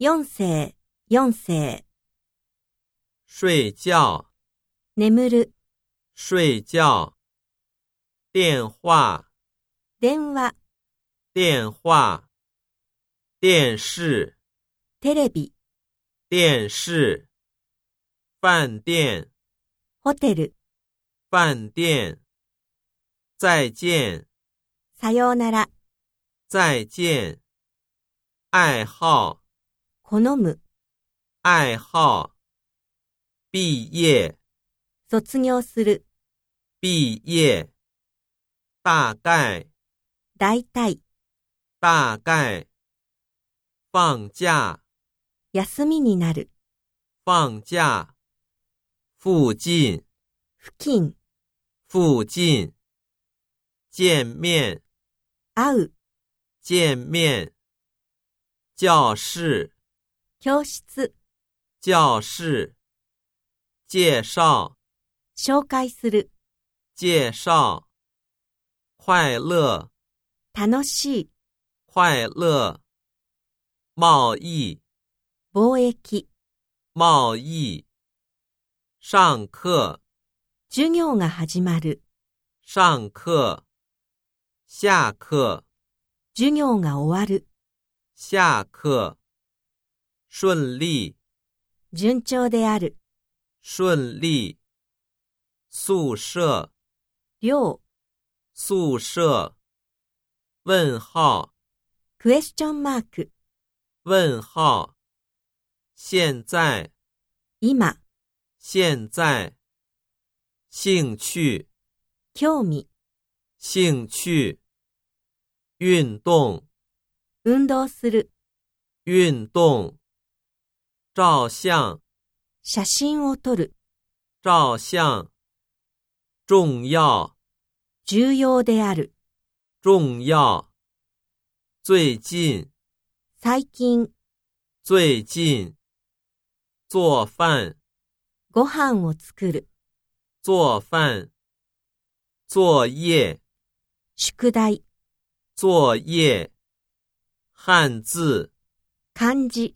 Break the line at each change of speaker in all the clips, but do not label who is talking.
4世、4世、
睡觉，
眠る、
睡觉。电话，
電話、
电话。电视，
テレビ、
电视。饭店，
ホテル、
饭店。再见，
さようなら、
再见。爱好，
好む、
爱好。毕业，
卒業する、
毕业。大概，
大体、
大概。放假，
休みになる、
放假。附近，
付近、
附近。见面，
会う、
见面。教室，
教室、
教室。介绍，
紹介する、
介绍。快乐，
楽しい、
快乐。贸易，
貿易、
贸易。上课，
授業が始まる、
上课。下课，
授業が終わる、
下课。顺利，
順調である、
顺利。宿舍，
量、
宿舍。问号，
クエスチョンマーク、
问号。现在，
今、
现在。兴趣，
興味、
兴趣。运动，
運動する、
运动。照相，
写真を撮る、
照相。重要，
重要である、
重要。最近，
最近、
最近。做饭，
ご飯を作る、
做饭。作业，
宿題、
作业。汉字，
漢字。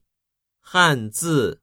汉字。